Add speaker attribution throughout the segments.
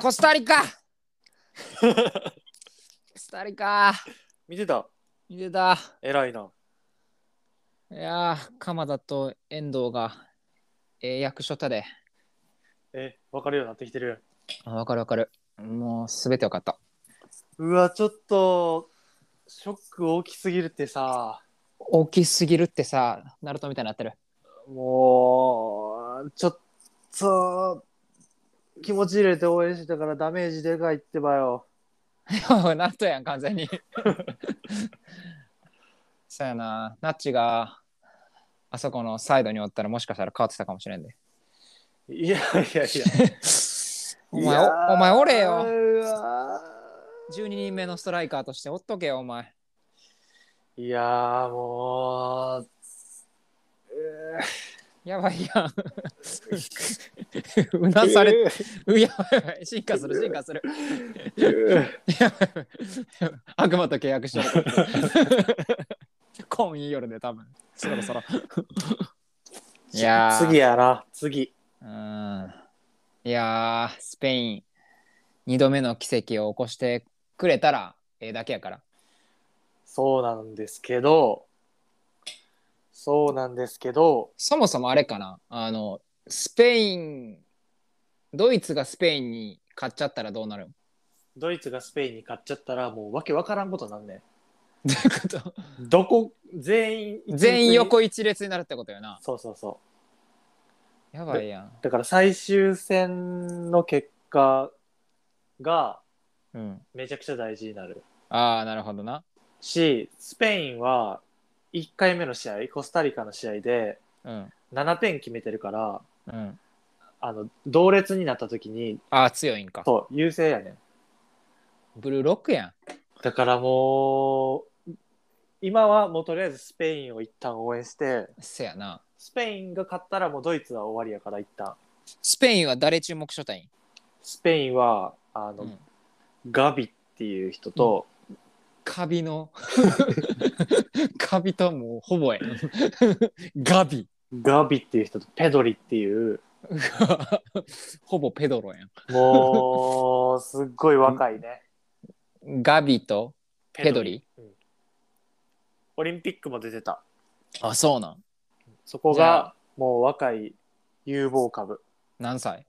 Speaker 1: コスタリカコスタリカ
Speaker 2: 見てた
Speaker 1: 見てた
Speaker 2: 偉いな。
Speaker 1: いやー鎌田と遠藤がええ役所たで
Speaker 2: え、わかるようになってきてる。
Speaker 1: あわかるわかるもうすべてわかった
Speaker 2: うわ、ちょっと、ショック大きすぎるってさ、
Speaker 1: 大きすぎるってさナルトみたいになってる
Speaker 2: もう、ちょっと、気持ち入れて応援してたからダメージでかいってばよ。
Speaker 1: おいナットやん完全に そうやなナッチがあそこのサイドにおったらもしかしたら変わってたかもしれんで
Speaker 2: いやいやいや。
Speaker 1: お前おお前おれよ
Speaker 2: うわ
Speaker 1: 12人目のストライカーとしておっとけよお前
Speaker 2: いやーもう、
Speaker 1: やばいや んうなされうやばいやばい進化する進化するやばい悪魔と契約してる今夜で多分そろそろいやー
Speaker 2: 次やな、次。
Speaker 1: うんいやースペイン2度目の奇跡を起こしてくれたらええだけやから
Speaker 2: そうなんですけど、そうなんですけど、
Speaker 1: そもそもあれかなあのスペインドイツがスペインに勝っちゃったらどうなるん
Speaker 2: ドイツがスペインに勝っちゃったらもうわけわからんことなんね
Speaker 1: どういうこと
Speaker 2: んどこ全員
Speaker 1: 全員横一列になるってことよな
Speaker 2: そうそうそ
Speaker 1: やばいやん
Speaker 2: うだから最終戦の結果が
Speaker 1: うん
Speaker 2: めちゃくちゃ大事になる
Speaker 1: ああなるほどな
Speaker 2: しスペインは1回目の試合コスタリカの試合で
Speaker 1: うん
Speaker 2: 7点決めてるから
Speaker 1: うん
Speaker 2: あの同列になった時に
Speaker 1: ああ強いんか
Speaker 2: そう優勢やねん
Speaker 1: ブルーロックやん
Speaker 2: だからもう今はもうとりあえずスペインを一旦応援して
Speaker 1: せやな
Speaker 2: スペインが勝ったらもうドイツは終わりやから一旦
Speaker 1: スペインは誰注目しとったんや
Speaker 2: スペインはあの、
Speaker 1: うん
Speaker 2: ガビっていう人と、
Speaker 1: カビの カビともうほぼやんガビ
Speaker 2: ガビっていう人とペドリっていう
Speaker 1: ほぼペドロや
Speaker 2: もうすっごい若いね
Speaker 1: んガビと ペドリ
Speaker 2: うんオリンピックも出てた
Speaker 1: あそうなん
Speaker 2: そこ
Speaker 1: じゃ
Speaker 2: が
Speaker 1: あ
Speaker 2: もう若い有望株
Speaker 1: 何歳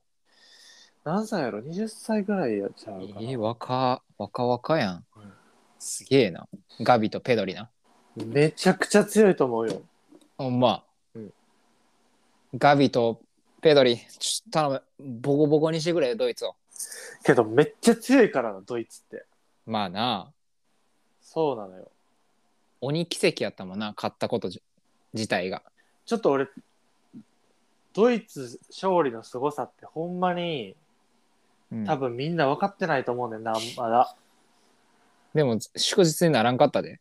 Speaker 2: 何歳やろ20歳ぐらいやっちゃうかな、
Speaker 1: えー、若若々やん
Speaker 2: うん
Speaker 1: すげえなガビとペドリな
Speaker 2: めちゃくちゃ強いと思うよ
Speaker 1: ほんま、
Speaker 2: うん
Speaker 1: ガビとペドリちょっと頼むボコボコにしてくれよドイツを
Speaker 2: けどめっちゃ強いからなドイツって
Speaker 1: まあな
Speaker 2: そうなのよ
Speaker 1: 鬼奇跡やったもんな勝ったことじ自体が
Speaker 2: ちょっと俺、ドイツ勝利の凄さってほんまに
Speaker 1: うん
Speaker 2: 多分みんな分かってないと思うねんな、まだ。
Speaker 1: でも祝日にならんかったで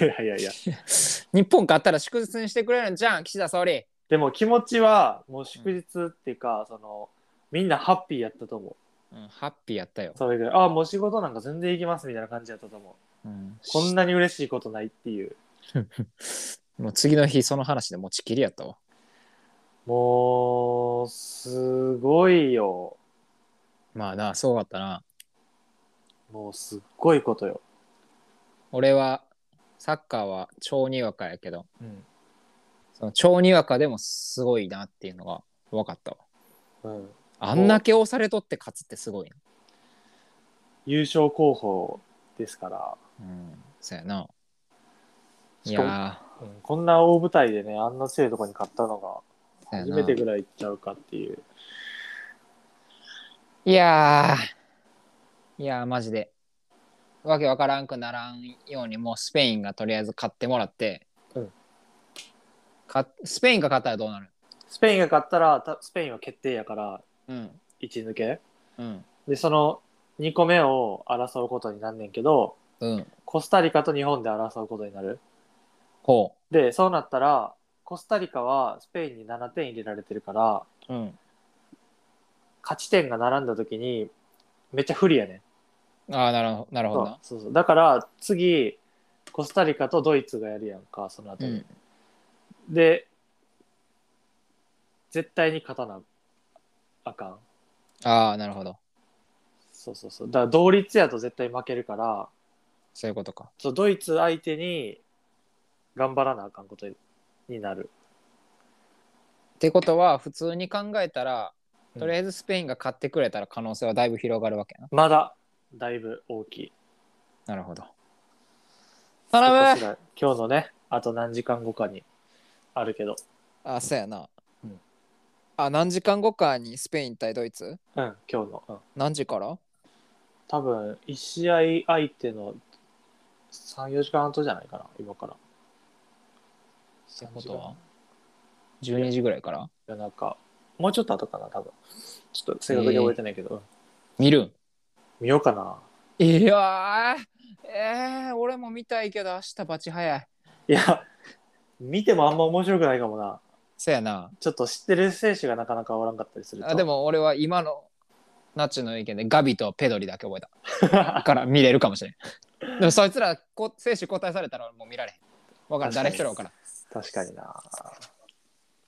Speaker 2: いやいやいや。
Speaker 1: 日本勝ったら祝日にしてくれるんじゃん岸田総理
Speaker 2: でも気持ちはもう祝日っていうか、その、みんなハッピーやったと思う。
Speaker 1: うん、ハッピーやったよ。
Speaker 2: それで、ああ、もう仕事なんか全然行きますみたいな感じやったと思う。
Speaker 1: うん、
Speaker 2: こんなに嬉しいことないっていう。
Speaker 1: もう次の日その話で持ちきりやったわ。
Speaker 2: もう、すごいよ。
Speaker 1: まあな、すごかったな。
Speaker 2: もうすっごいことよ。
Speaker 1: 俺はサッカーは超にわかやけど、
Speaker 2: うん。
Speaker 1: その超にわかでもすごいなっていうのが分かったわ。
Speaker 2: うん。
Speaker 1: あんだけ押されとって勝つってすごいな。
Speaker 2: 優勝候補ですから。
Speaker 1: うん、そうやな。い
Speaker 2: しかも
Speaker 1: や
Speaker 2: うんこんな大舞台でね、あんな強いとこに勝ったのが、
Speaker 1: ー、そうや
Speaker 2: 初めて
Speaker 1: な。
Speaker 2: ぐらい行っちゃうかっていう。
Speaker 1: いやー、いやー、マジで。わけわからんくならんように、もうスペインがとりあえず勝ってもらって、
Speaker 2: うん
Speaker 1: かスペインが勝ったらどうなる
Speaker 2: スペインが勝ったら、たスペインは決定やから、
Speaker 1: うん。
Speaker 2: 1抜け。
Speaker 1: うん。
Speaker 2: で、その2個目を争うことになんねんけど、
Speaker 1: うん。
Speaker 2: コスタリカと日本で争うことになる。
Speaker 1: ほ
Speaker 2: で、そうなったら、コスタリカはスペインに7点入れられてるから、
Speaker 1: う。うん。
Speaker 2: 勝ち点が並んだ時に、めっちゃ不利やねん。
Speaker 1: ああ、なるほど、なるほ
Speaker 2: そ
Speaker 1: ど
Speaker 2: う
Speaker 1: な。
Speaker 2: そうそうだから、次、コスタリカとドイツがやるやんかその後
Speaker 1: う
Speaker 2: に、
Speaker 1: ん
Speaker 2: で絶対に勝たなあかん
Speaker 1: ああなるほど
Speaker 2: そうそうそうだから同率やと絶対負けるから
Speaker 1: そういうことか
Speaker 2: そうドイツ相手に頑張らなあかんことになる
Speaker 1: ってことは普通に考えたら
Speaker 2: うん
Speaker 1: とりあえずスペインが勝ってくれたら可能性はだいぶ広がるわけやな、
Speaker 2: まだだいぶ大きい
Speaker 1: なるほど
Speaker 2: そ
Speaker 1: 頼
Speaker 2: こ
Speaker 1: む
Speaker 2: すら今日のねあと何時間後かにあるけど
Speaker 1: あそうやな、
Speaker 2: うん
Speaker 1: あ何時間後かにスペイン対ドイツ
Speaker 2: うん今日の、うん、
Speaker 1: 何時から
Speaker 2: 多分1試合相手の34時間後じゃないかな今から
Speaker 1: ってことは12時ぐらいから
Speaker 2: 夜中もうちょっと後かな多分ちょっと正確に覚えてないけど、うん
Speaker 1: 見るん
Speaker 2: 見ようかない
Speaker 1: やーえー、俺も見たいけど明日バチ早い
Speaker 2: いや見てもあんま面白くないかもな
Speaker 1: そうやな
Speaker 2: ちょっと知ってる選手がなかなかおらんかったりすると
Speaker 1: あでも俺は今のナッチの意見でガビとペドリだけ覚えた から見れるかもしれんでもそいつらこ選手交代されたらもう見られへんわからん誰一人わからん
Speaker 2: 確かにな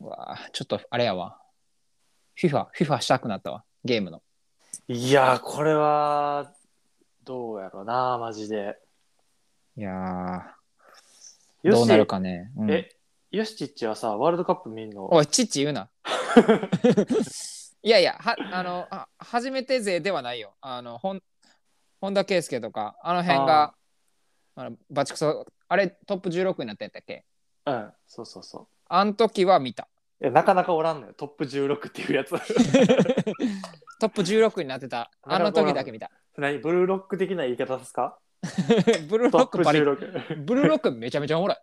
Speaker 1: うわーちょっとあれやわ FIFAFIFA したくなったわゲームの
Speaker 2: いやーこれはどうやろうなマジで
Speaker 1: いやー
Speaker 2: よし
Speaker 1: どうなるかね、うん
Speaker 2: えヨシチッチはさワールドカップ見んの
Speaker 1: おい父言うないやいやはあのあ初めて勢ではないよあのほん本田圭佑とかあの辺があのバチクソあれトップ16になったやったっけ
Speaker 2: うんそうそうそう
Speaker 1: あん時は見た
Speaker 2: いやなかなかおらんのよトップ16っていう やつ
Speaker 1: トップ16になってたあの時だけ見た
Speaker 2: 何ブルーロック的な言い方ですか
Speaker 1: ブルー
Speaker 2: ト
Speaker 1: ロッ
Speaker 2: ップ
Speaker 1: クバリ
Speaker 2: 16
Speaker 1: ブルーロックめちゃめちゃおもろい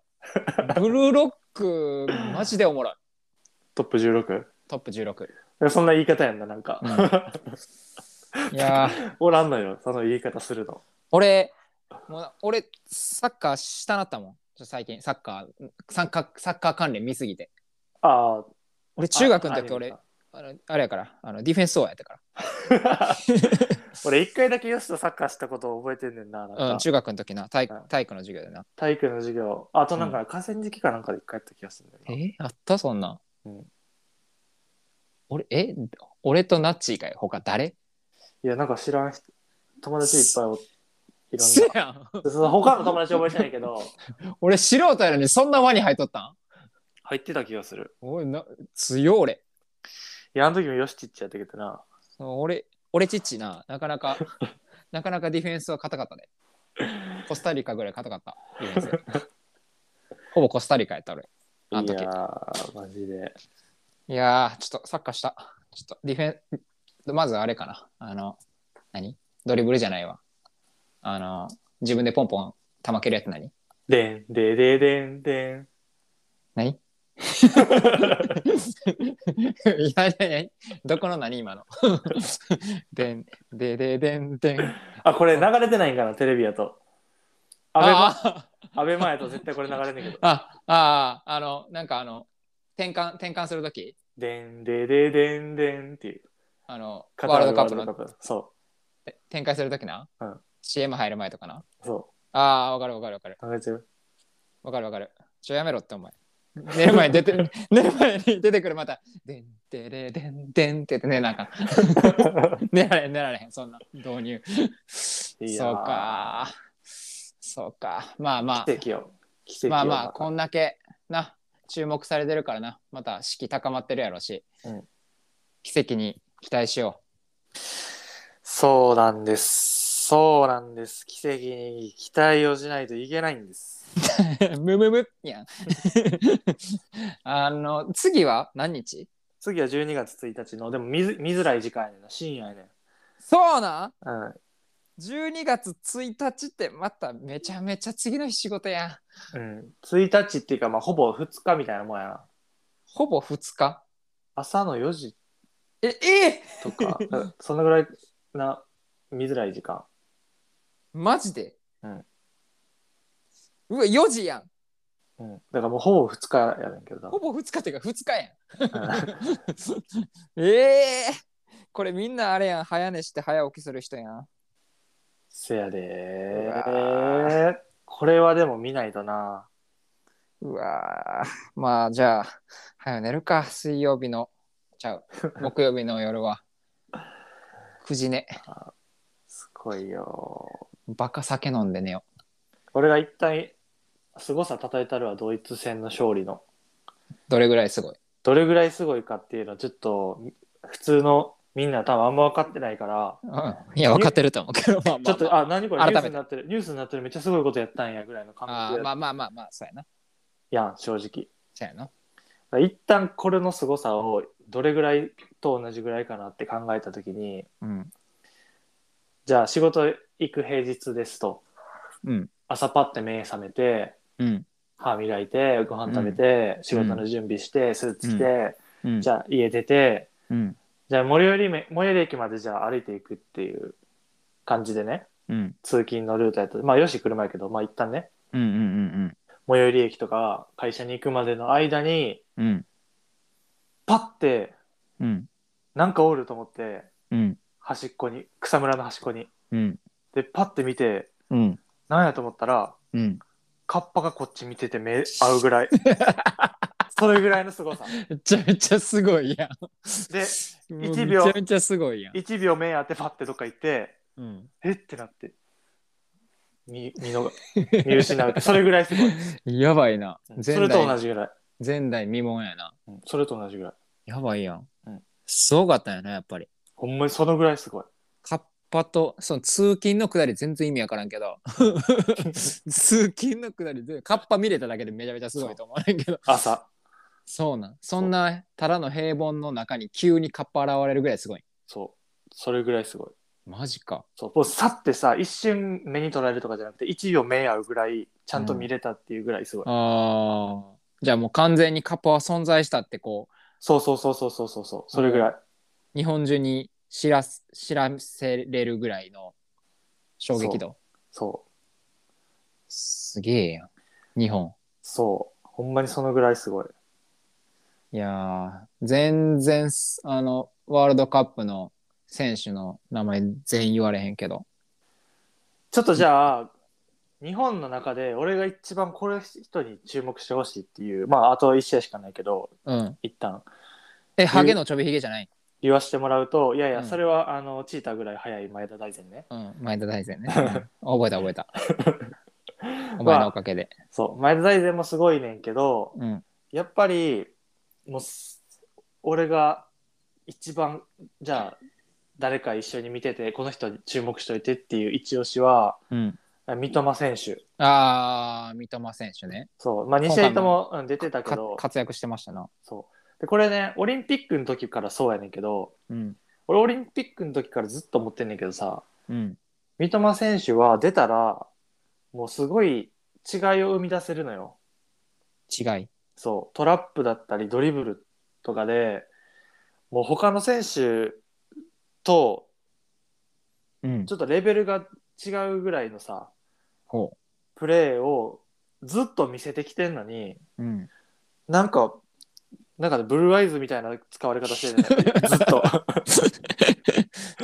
Speaker 1: ブルーロックマジでおもろい
Speaker 2: トップ 16?
Speaker 1: トップ16、
Speaker 2: そんな言い方やんななんか、
Speaker 1: いやー
Speaker 2: おらんのよその言い方するの
Speaker 1: 俺もう俺サッカーしたなったもんちょ最近サッカーサッカーサッカー関連見すぎて
Speaker 2: ああ
Speaker 1: 俺中学の時俺あのあれやからあのディフェンス王やったか
Speaker 2: 俺一回だけヨシとサッカーしたことを覚えてんねんななん
Speaker 1: ら、
Speaker 2: か、
Speaker 1: うん、中学の時な体
Speaker 2: うん
Speaker 1: 体育の授業でな
Speaker 2: 体育の授業あとなんか河川敷かなんかで一回やった気がするんだよな、
Speaker 1: えあったそんな、
Speaker 2: うん
Speaker 1: 俺え俺とナッチ以外他誰
Speaker 2: いやなんか知らん人友達いっぱいおいろん
Speaker 1: せ
Speaker 2: な
Speaker 1: やん
Speaker 2: そう他の友達覚えてないけど
Speaker 1: 俺素人やのにそんな輪に入っとったん
Speaker 2: 入ってた気がする
Speaker 1: おいな強い俺
Speaker 2: いやあの時もヨシチッチやったけどな
Speaker 1: 俺俺ちっちななかなか なかなかディフェンスは硬かったねコスタリカぐらい硬かったディフェンスほぼコスタリカやった俺あの時
Speaker 2: いやーマジで
Speaker 1: いやー、ちょっとサッカーした。ちょっとディフェン、まずあれかな。あの、何ドリブルじゃないわ。あの、自分でポンポン球蹴るやつ何
Speaker 2: でんでででんでん
Speaker 1: 何 いやいやいやどこの何今の でんでででんでん
Speaker 2: あこれ流れてないんかなテレビやとアベマ
Speaker 1: あ
Speaker 2: アベマやと絶対これ流れんねんけど
Speaker 1: ああああのなんかあの転換転換するとき
Speaker 2: でんでででんでんっていう
Speaker 1: あの
Speaker 2: カタ
Speaker 1: ワールドカップ
Speaker 2: ワ
Speaker 1: の
Speaker 2: ールドカップそ
Speaker 1: 展開するときな、
Speaker 2: うん
Speaker 1: CM 入る前とかな
Speaker 2: うそ
Speaker 1: ああーわかるわかるわかる
Speaker 2: う流れて る
Speaker 1: わかるわかる。ちょ、やめろって、お前。寝る前に出 て、寝る前に出てくるまた、でんてれでんでんって言って寝なあかん。寝られへん、寝られへん、そんな導入。
Speaker 2: いやー
Speaker 1: そうか。そうか。まあまあ
Speaker 2: 奇、跡よ奇跡よ
Speaker 1: まあまあ、こんだけ、な、注目されてるからな、また士気高まってるやろし、
Speaker 2: うん
Speaker 1: 奇跡に期待しよ
Speaker 2: そうなんですそうなんです奇跡に期待をしないといけないんです
Speaker 1: う。 むむむやん。あの、次は何日
Speaker 2: 次は12月1日のでも見ず見づらい時間やねんな深夜やねん
Speaker 1: そうなん
Speaker 2: うん
Speaker 1: 12月1日ってまためちゃめちゃ次の日仕事やん
Speaker 2: うん、1日っていうか、まあ、ほぼ2日みたいなもんやな。
Speaker 1: ほぼ2日
Speaker 2: 朝の4時
Speaker 1: ええ
Speaker 2: とか、うんそのぐらいな見づらい時間。
Speaker 1: マジで
Speaker 2: うん
Speaker 1: うわ4時やん
Speaker 2: うん、だからもうほぼ2日やねんけどな
Speaker 1: ほぼ2日っていうか2日やん
Speaker 2: うん
Speaker 1: ええこれみんなあれやん早寝して早起きする人やん
Speaker 2: せやで
Speaker 1: う
Speaker 2: ー。これはでも見ないとな。
Speaker 1: うわーまあじゃあ早う寝るか水曜日のちゃう木曜日の夜は9時寝
Speaker 2: すごいよ。
Speaker 1: バカ酒飲んで寝よ
Speaker 2: 俺が一体、凄さたたえたるはドイツ戦の勝利の。
Speaker 1: うどれぐらいすごい
Speaker 2: どれぐらいすごいかっていうのはちょっと、普通のみんな多分あんま分かってないから、
Speaker 1: うんいや分かってると思うけどまあ
Speaker 2: ち
Speaker 1: ま
Speaker 2: ょ
Speaker 1: あ
Speaker 2: っと、あ、何これニ
Speaker 1: 改めて
Speaker 2: ュースになってる、ニュースになってるめっちゃすごいことやったんやぐらいの感
Speaker 1: あ
Speaker 2: 覚
Speaker 1: ーま
Speaker 2: や
Speaker 1: あまあまあまあそうやな
Speaker 2: やん、正直。
Speaker 1: そうやな
Speaker 2: だから一旦これの凄さをどれぐらいと同じぐらいかなって考えたときに、
Speaker 1: うん
Speaker 2: じゃあ仕事行く平日ですと、
Speaker 1: うん
Speaker 2: 朝パッて目覚めて、
Speaker 1: うん
Speaker 2: 歯磨いて、ご飯食べて、仕事の準備して、スーツ着て、
Speaker 1: うん
Speaker 2: じゃあ家出て、
Speaker 1: うん
Speaker 2: じゃあ最寄りめ、最寄り駅までじゃあ歩いていくっていう感じでね、
Speaker 1: うん
Speaker 2: 通勤のルートやったまあよし車やけど、まあ一旦ね、
Speaker 1: うんうん
Speaker 2: 最寄り駅とか会社に行くまでの間に、
Speaker 1: うんうん
Speaker 2: パッて、
Speaker 1: うん
Speaker 2: なんかおると思って、
Speaker 1: うん
Speaker 2: 端っこに、草むらの端っこに。
Speaker 1: うん
Speaker 2: で、パッて見て、
Speaker 1: うん
Speaker 2: なんやと思ったら、
Speaker 1: うん
Speaker 2: カッパがこっち見てて目合うぐらい。それぐらいの凄さ。
Speaker 1: めちゃめちゃすごいやん
Speaker 2: で、
Speaker 1: もう
Speaker 2: 一秒
Speaker 1: めちゃめちゃすごいやん、
Speaker 2: 1秒目当てパッてどっか行って、
Speaker 1: うん、
Speaker 2: えってなって。見見の見失うってそれぐらいすごい。
Speaker 1: やばいな
Speaker 2: それと同じぐらい。
Speaker 1: 前代未聞やな
Speaker 2: うんそれと同じぐらい。
Speaker 1: やばいやん、
Speaker 2: うん
Speaker 1: すごかったよなやっぱり
Speaker 2: ほんまにそのぐらいすごい。
Speaker 1: カッパとその通勤のくだり全然意味わからんけ ど通勤のくだりでカッパ見れただけでめちゃめちゃすごいと思わないけど
Speaker 2: 朝。
Speaker 1: そうなんそんなただの平凡の中に急にカッパ現れるぐらいすごい
Speaker 2: そう。それぐらいすごい。
Speaker 1: マジか
Speaker 2: そう。もう去ってさ、一瞬目に取られるとかじゃなくて、1秒目合うぐらい、ちゃんと見れたっていうぐらいすごい。
Speaker 1: あーじゃあもう完全にカッパは存在したってこ
Speaker 2: そうそうそうそうそうそうそう。それぐらい。
Speaker 1: う日本中に知らす知らせれるぐらいの衝撃度
Speaker 2: そう。
Speaker 1: すげえやん日本
Speaker 2: そう。ほんまにそのぐらいすごい。
Speaker 1: いやー全然すあのワールドカップの選手の名前全員言われへんけど
Speaker 2: ちょっとじゃあ、日本の中で俺が一番これ人に注目してほしいっていう、まあ、あと1試合しかないけど、
Speaker 1: うん
Speaker 2: 一旦
Speaker 1: えハゲのちょびひげじゃない
Speaker 2: 言わせてもらうと、いやいや、
Speaker 1: うん
Speaker 2: それは、あの、チーターぐらい早い前田大然ね。
Speaker 1: うん前田大然 ねうん覚えた覚えたお前のおかげで、
Speaker 2: そう、前田大然もすごいねんけど、
Speaker 1: うん
Speaker 2: やっぱり、もうす、俺が一番、じゃあ、誰か一緒に見てて、この人に注目しといてっていう一押しは、
Speaker 1: うん
Speaker 2: 三笘選手。
Speaker 1: あー三笘選手ね
Speaker 2: そう、まあ、2試合ともうん出てたけ
Speaker 1: か
Speaker 2: ど、
Speaker 1: 活躍してましたな
Speaker 2: そう。で、これね、オリンピックの時からそうやねんけど、
Speaker 1: うん
Speaker 2: 俺オリンピックの時からずっと思ってんねんけどさ、
Speaker 1: うん
Speaker 2: 三笘選手は出たら、もうすごい違いを生み出せるのよ。
Speaker 1: 違い
Speaker 2: そう、トラップだったりドリブルとかで、もう他の選手と
Speaker 1: うん
Speaker 2: ちょっとレベルが違うぐらいのさ、
Speaker 1: ほ
Speaker 2: プレーをずっと見せてきてんのに、
Speaker 1: ううん
Speaker 2: なんか、なんかねブルーアイズみたいな使われ方して るね ずっと。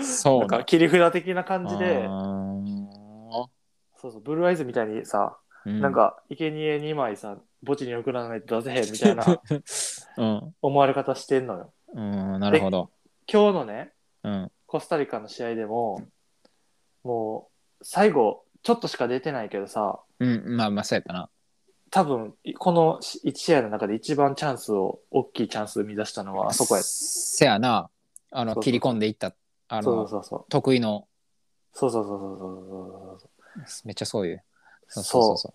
Speaker 1: そ
Speaker 2: な
Speaker 1: うん
Speaker 2: か切り札的な感じで、
Speaker 1: あ
Speaker 2: そうそう、ブルーアイズみたいにさ、
Speaker 1: ーうん
Speaker 2: なんか、生贄2枚さ、墓地に送らないと出せへんみたいな
Speaker 1: うん
Speaker 2: 思われ方してんのよ。
Speaker 1: うんなるほど
Speaker 2: 今日のね、
Speaker 1: うん
Speaker 2: コスタリカの試合でも、もう、最後、ちょっとしか出てないけどさ、
Speaker 1: うんまあまあそうやったな
Speaker 2: 多分、この1試合の中で一番チャンスを、大きいチャンスを生み出したのは、あそこや。そ
Speaker 1: せやなあの
Speaker 2: そうそう
Speaker 1: 切り込んでいったあ
Speaker 2: う
Speaker 1: の
Speaker 2: そうそうそう。
Speaker 1: 得意の
Speaker 2: そうそうそうそうそうそう
Speaker 1: めっちゃそういう
Speaker 2: そう。
Speaker 1: そう
Speaker 2: そう。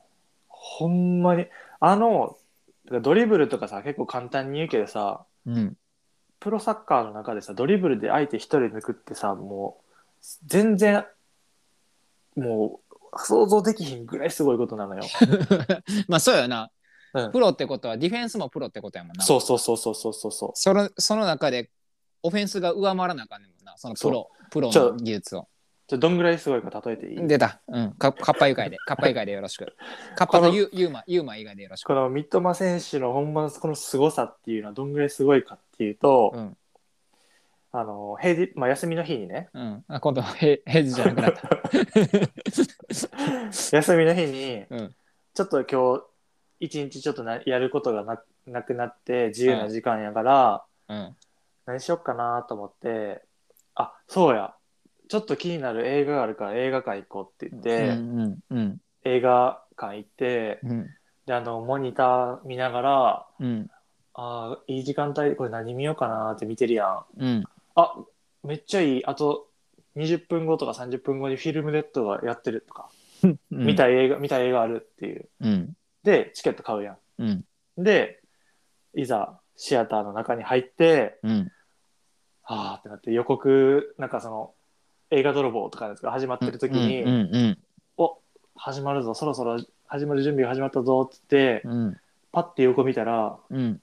Speaker 2: ほんまに、あの、ドリブルとかさ、結構簡単に言うけどさ、
Speaker 1: ううん
Speaker 2: プロサッカーの中でさドリブルで相手一人抜くってさもう全然もう想像できひんぐらいすごいことなのよ
Speaker 1: まあそうやな、
Speaker 2: うん
Speaker 1: プロってことはディフェンスもプロってことやもんな
Speaker 2: そうそうそうそうそうそうそ
Speaker 1: そのその中でオフェンスが上回らなあかんねんもんなそのプロプロ
Speaker 2: ちょ
Speaker 1: の技術を
Speaker 2: うじゃあどんぐらいすごいか例えていい
Speaker 1: 出たうんかカッパ以外 でカッパ以外でよろしくカッパとユユーマユーマ以外でよろしく
Speaker 2: この三笘選手のほんまのこの凄さっていうのはどんぐらいすごいかっていうと、
Speaker 1: うん
Speaker 2: あの平日、まあ、休みの日にね
Speaker 1: うん。あ、今度はヘヘイズじゃなくな った。
Speaker 2: 休みの日に、
Speaker 1: うん
Speaker 2: ちょっと今日一日ちょっとなやることがななくなって自由な時間やから、
Speaker 1: うん。
Speaker 2: 何しよっかなと思ってあそうやちょっと気になる映画があるから映画館行こうって言って、
Speaker 1: うんうん
Speaker 2: 映画館行って
Speaker 1: うんうん
Speaker 2: であのモニター見ながら
Speaker 1: うん
Speaker 2: あーいい時間帯でこれ何見ようかなって見てるやん
Speaker 1: うん。
Speaker 2: あめっちゃいいあと20分後とか30分後にフィルムレッドがやってるとか、見
Speaker 1: い。
Speaker 2: たい映画見たい映画あるっていう
Speaker 1: うん
Speaker 2: でチケット買うやん
Speaker 1: うん
Speaker 2: でいざシアターの中に入って
Speaker 1: うん
Speaker 2: あーってなって予告なんかその映画泥棒とかのやつが始まってる時に、
Speaker 1: うんうん
Speaker 2: 始まるぞそろそろ始まる準備が始まったぞっつって
Speaker 1: うん
Speaker 2: パッて横見たら
Speaker 1: うん。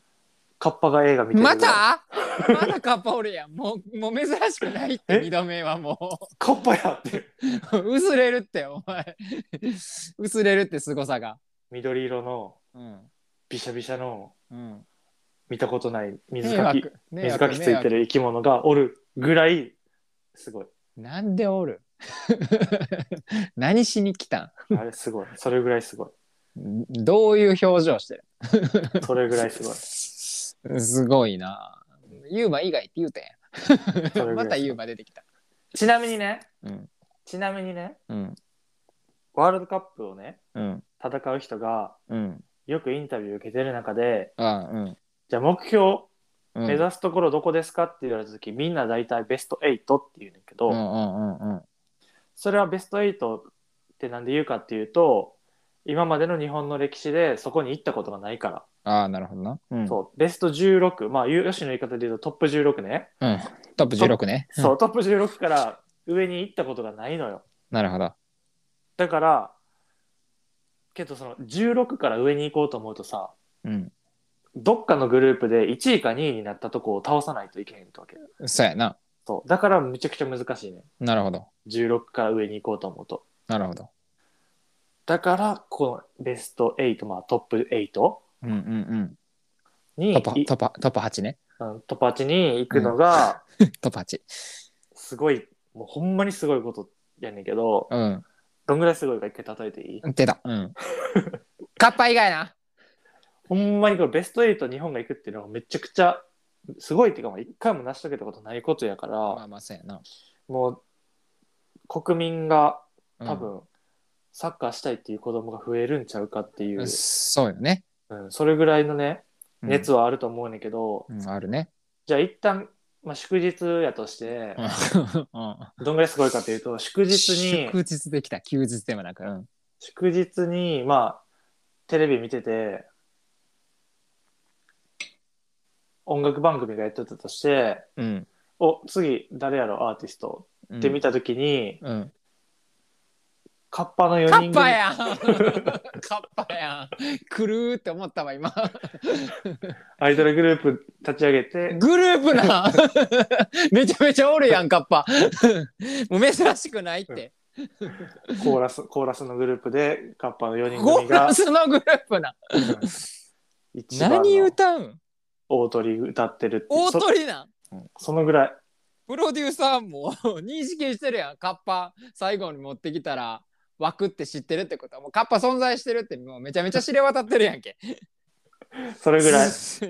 Speaker 2: カッパが映画見てる
Speaker 1: またまだカッパおるやん。もうもう珍しくないって
Speaker 2: え
Speaker 1: 二度目はも
Speaker 2: カッパやって
Speaker 1: う 薄れるってお前薄れるって凄さが。
Speaker 2: 緑色の
Speaker 1: うん
Speaker 2: びしゃびしゃの
Speaker 1: うん。
Speaker 2: 見たことない水
Speaker 1: 迷
Speaker 2: かき
Speaker 1: 惑迷
Speaker 2: 水
Speaker 1: 惑
Speaker 2: かきついてる生き物がおるぐらいす ごい
Speaker 1: なんでおる 何しに来た
Speaker 2: あれすごいそれぐらいすごい
Speaker 1: んどういう表情してる
Speaker 2: それぐらいすごい
Speaker 1: すごいな。ユーマ以外って言うたや
Speaker 2: そ
Speaker 1: ん。
Speaker 2: れぐらい
Speaker 1: またユーマ出てきた。
Speaker 2: ちなみにね
Speaker 1: うん
Speaker 2: ちなみにね
Speaker 1: うん
Speaker 2: ワールドカップをね
Speaker 1: うん
Speaker 2: 戦う人が
Speaker 1: うん
Speaker 2: よくインタビュー受けてる中で
Speaker 1: あうん
Speaker 2: じゃあ目標
Speaker 1: うん
Speaker 2: 目指すところどこですかって言われた時みんな大体ベスト8っていうんだけど、
Speaker 1: うんうんうんうん
Speaker 2: それはベスト8ってなんで言うかっていうと今までの日本の歴史でそこに行ったことがないから、
Speaker 1: ああなるほどな。うん
Speaker 2: そうベスト16まあゆ吉の言い方で言うとトップ16ね、
Speaker 1: うんトップ16ね。うん
Speaker 2: そうトップ16から上に行ったことがないのよ
Speaker 1: なるほど。
Speaker 2: だからけどその16から上に行こうと思うとさ
Speaker 1: うん
Speaker 2: どっかのグループで1位か2位になったとこを倒さないといけへんってわけ
Speaker 1: そうやな。
Speaker 2: そうだからむちゃくちゃ難しいね
Speaker 1: なるほど。
Speaker 2: 16から上に行こうと思うと
Speaker 1: なるほど。
Speaker 2: だから、このベスト8、まあトップ8
Speaker 1: うんうんうん。
Speaker 2: に
Speaker 1: トップ
Speaker 2: い
Speaker 1: トップトップ8ね。
Speaker 2: うんトップ8に行くのが、
Speaker 1: トップ8。
Speaker 2: すごい、もうほんまにすごいことやねんけど、
Speaker 1: う
Speaker 2: どんぐらいすごいか一回例えていい
Speaker 1: ん。出た。 うん。カッパ以外な。
Speaker 2: ほんまにこれベスト8日本が行くっていうのはめちゃくちゃすごいっていうか、もう一回も成し遂げたことないことやから、
Speaker 1: まあまあそうやな。
Speaker 2: もう国民が
Speaker 1: うん
Speaker 2: 多分、サッカーしたいっていう子供が増えるんちゃうかっていう、
Speaker 1: そうよね。
Speaker 2: うん、それぐらいのね、
Speaker 1: うん
Speaker 2: 熱はあると思うねんけど、
Speaker 1: うんあるね。
Speaker 2: じゃあ一旦、まあ、祝日やとして、
Speaker 1: うん
Speaker 2: どんぐらいすごいかというと祝日に
Speaker 1: 祝日できた休日でもなく、うん
Speaker 2: 祝日にまあテレビ見てて音楽番組がやってたとして
Speaker 1: うん
Speaker 2: お次誰やろアーティスト
Speaker 1: うん、
Speaker 2: って見た時に、
Speaker 1: うん、
Speaker 2: カッパの4
Speaker 1: カ
Speaker 2: 人組
Speaker 1: ッパやん カッパやんくるーって思ったわ今
Speaker 2: アイドルグループ立ち上げて
Speaker 1: グループな めちゃめちゃおるやんカッパ もう珍しくないって
Speaker 2: コーラスコーラスのグループでカッパの4人
Speaker 1: ゴ
Speaker 2: 組
Speaker 1: ー
Speaker 2: が
Speaker 1: ラスのグループな
Speaker 2: うん一番
Speaker 1: 何
Speaker 2: の
Speaker 1: 歌うん
Speaker 2: 大鳥歌ってるって
Speaker 1: 大
Speaker 2: そ
Speaker 1: 鳥なん
Speaker 2: そのぐらい
Speaker 1: プロデューサーも認識してるやんカッパ最後に持ってきたら枠って知ってるってことはもうカッパ存在してるってもうめちゃめちゃ知れ渡ってるやんけ
Speaker 2: それぐらい
Speaker 1: ど
Speaker 2: そ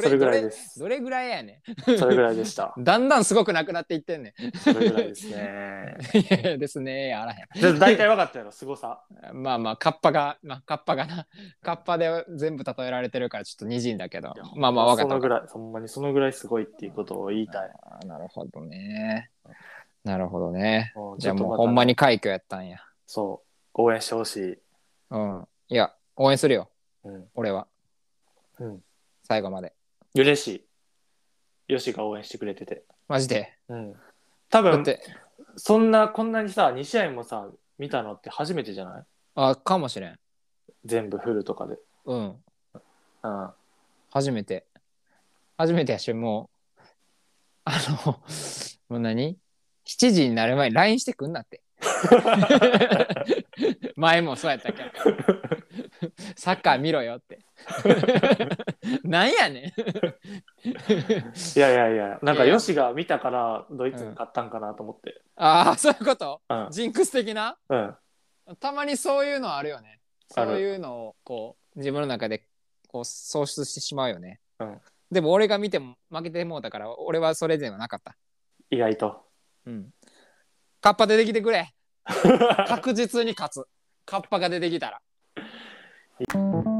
Speaker 1: れ
Speaker 2: れぐらい
Speaker 1: どれ
Speaker 2: です
Speaker 1: どれぐらいやね
Speaker 2: それぐらいでした
Speaker 1: ん。だんだんすごくなくなっていってんね
Speaker 2: それぐらいですね
Speaker 1: ん。いやいやですね。あらへ
Speaker 2: じゃあ大体分かったやろ、すごさ。
Speaker 1: ん。まあまあ、カッパが、まあ、カッパがな、カッパで全部例えられてるからちょっとにじんだけど
Speaker 2: いや、
Speaker 1: まあまあ、わかった
Speaker 2: そ
Speaker 1: わ
Speaker 2: の
Speaker 1: か
Speaker 2: ぐ
Speaker 1: っ
Speaker 2: らい、ほんまにそのぐらいすごいっていうことを言いたい。
Speaker 1: た。あーなるほどね。なるほどね。
Speaker 2: うん
Speaker 1: じゃあ
Speaker 2: ちょっと
Speaker 1: もう
Speaker 2: また
Speaker 1: ほんまに快挙やったんや。
Speaker 2: そう、応援してほしい。
Speaker 1: うん。いや、応援するよ、
Speaker 2: うん。
Speaker 1: 俺は。
Speaker 2: うん。
Speaker 1: 最後まで。
Speaker 2: 嬉しい。よしが応援してくれてて。
Speaker 1: マジで。
Speaker 2: うん。多
Speaker 1: だっ
Speaker 2: 分、
Speaker 1: て、
Speaker 2: そんな、こんなにさ、2試合もさ、見たのって初めてじゃない
Speaker 1: あ、かもしれん。
Speaker 2: 全部フルとかで。
Speaker 1: うん。
Speaker 2: うん。
Speaker 1: 初めて初めてやしもうあの もう何7時になる前に LINE してくんなって 前もそうやったけどサッカー見ろよって なんやねん。
Speaker 2: いやいやいや、なんかヨシが見たからドイツに買ったんかなと思って。
Speaker 1: ああ、そういうこと
Speaker 2: うん。
Speaker 1: ジンクス的な
Speaker 2: うん。
Speaker 1: たまにそういうのあるよね。そ
Speaker 2: ある
Speaker 1: ういうのをこう自分の中でこう喪失してしまうよね。
Speaker 2: うん
Speaker 1: でも俺が見ても負けてもうたから俺はそれではなかった。
Speaker 2: 意外と。
Speaker 1: うん。カッパ出てきてくれ。確実に勝つ。カッパが出てきたら。